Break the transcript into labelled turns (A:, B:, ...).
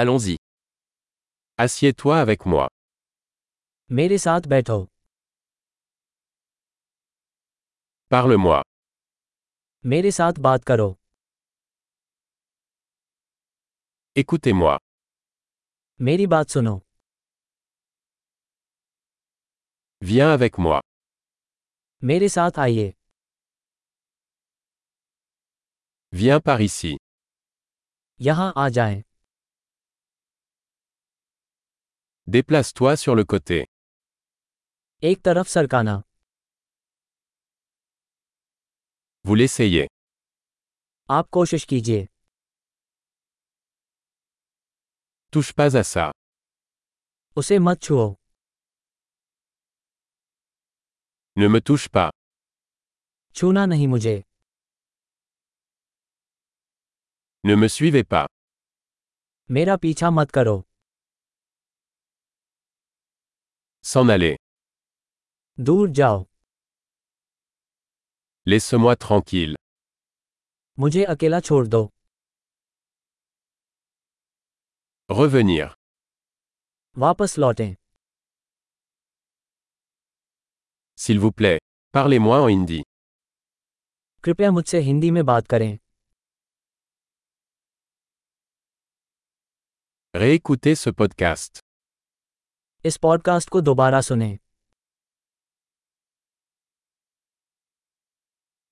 A: Allons-y. Assieds-toi avec moi.
B: मेरे साथ बैठो
A: Parle-moi.
B: मेरे साथ बात करो
A: Écoutez-moi.
B: मेरी बात सुनो
A: Viens avec moi.
B: मेरे साथ आइए
A: Viens par ici.
B: यहाँ आ जाएं।
A: Déplace-toi sur le côté.
B: एक तरफ सरकाना
A: Vous l'essayez.
B: आप कोशिश कीजिए
A: Touche pas à ça.
B: उसे मत छुओ
A: Ne me touche pas.
B: छूना नहीं मुझे
A: Ne me suivez pas.
B: मेरा पीछा मत करो
A: S'en aller.
B: दूर जाओ
A: Laisse-moi tranquille.
B: मुझे अकेला छोड़ दो
A: Revenir.
B: वापस लौटें
A: S'il vous plaît. Parlez-moi en hindi.
B: कृपया मुझसे हिंदी में बात करें
A: Réécoutez ce podcast.
B: इस पॉडकास्ट को दोबारा सुनें